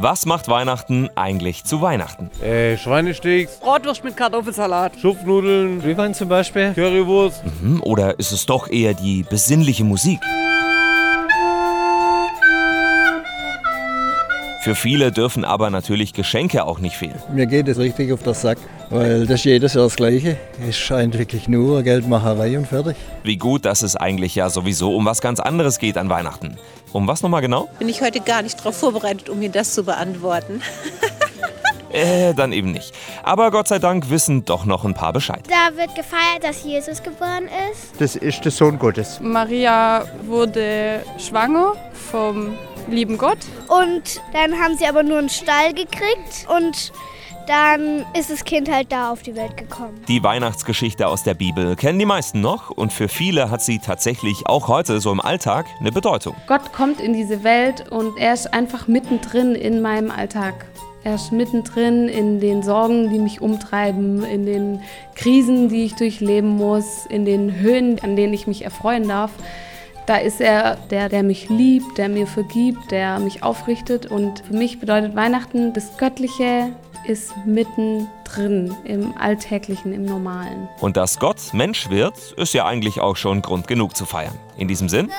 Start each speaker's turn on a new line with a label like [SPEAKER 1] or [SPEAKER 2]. [SPEAKER 1] Was macht Weihnachten eigentlich zu Weihnachten?
[SPEAKER 2] Äh, Schweinesteaks,
[SPEAKER 3] Bratwurst mit Kartoffelsalat.
[SPEAKER 2] Schupfnudeln,
[SPEAKER 4] Glühwein zum Beispiel.
[SPEAKER 2] Currywurst.
[SPEAKER 1] Hm, oder ist es doch eher die besinnliche Musik? Für viele dürfen aber natürlich Geschenke auch nicht fehlen.
[SPEAKER 5] Mir geht es richtig auf den Sack, weil das ist jedes Jahr das Gleiche. Es scheint wirklich nur Geldmacherei und fertig.
[SPEAKER 1] Wie gut, dass es eigentlich ja sowieso um was ganz anderes geht an Weihnachten. Um was nochmal genau?
[SPEAKER 6] Bin ich heute gar nicht darauf vorbereitet, um mir das zu beantworten.
[SPEAKER 1] Äh, dann eben nicht. Aber Gott sei Dank wissen doch noch ein paar Bescheid.
[SPEAKER 7] Da wird gefeiert, dass Jesus geboren ist.
[SPEAKER 8] Das ist der Sohn Gottes.
[SPEAKER 9] Maria wurde schwanger vom lieben Gott.
[SPEAKER 7] Und dann haben sie aber nur einen Stall gekriegt und dann ist das Kind halt da auf die Welt gekommen.
[SPEAKER 1] Die Weihnachtsgeschichte aus der Bibel kennen die meisten noch und für viele hat sie tatsächlich auch heute so im Alltag eine Bedeutung.
[SPEAKER 10] Gott kommt in diese Welt und er ist einfach mittendrin in meinem Alltag. Er ist mittendrin in den Sorgen, die mich umtreiben, in den Krisen, die ich durchleben muss, in den Höhen, an denen ich mich erfreuen darf. Da ist er der, der mich liebt, der mir vergibt, der mich aufrichtet. Und für mich bedeutet Weihnachten, das Göttliche ist mittendrin im Alltäglichen, im Normalen.
[SPEAKER 1] Und dass Gott Mensch wird, ist ja eigentlich auch schon Grund genug zu feiern. In diesem Sinn.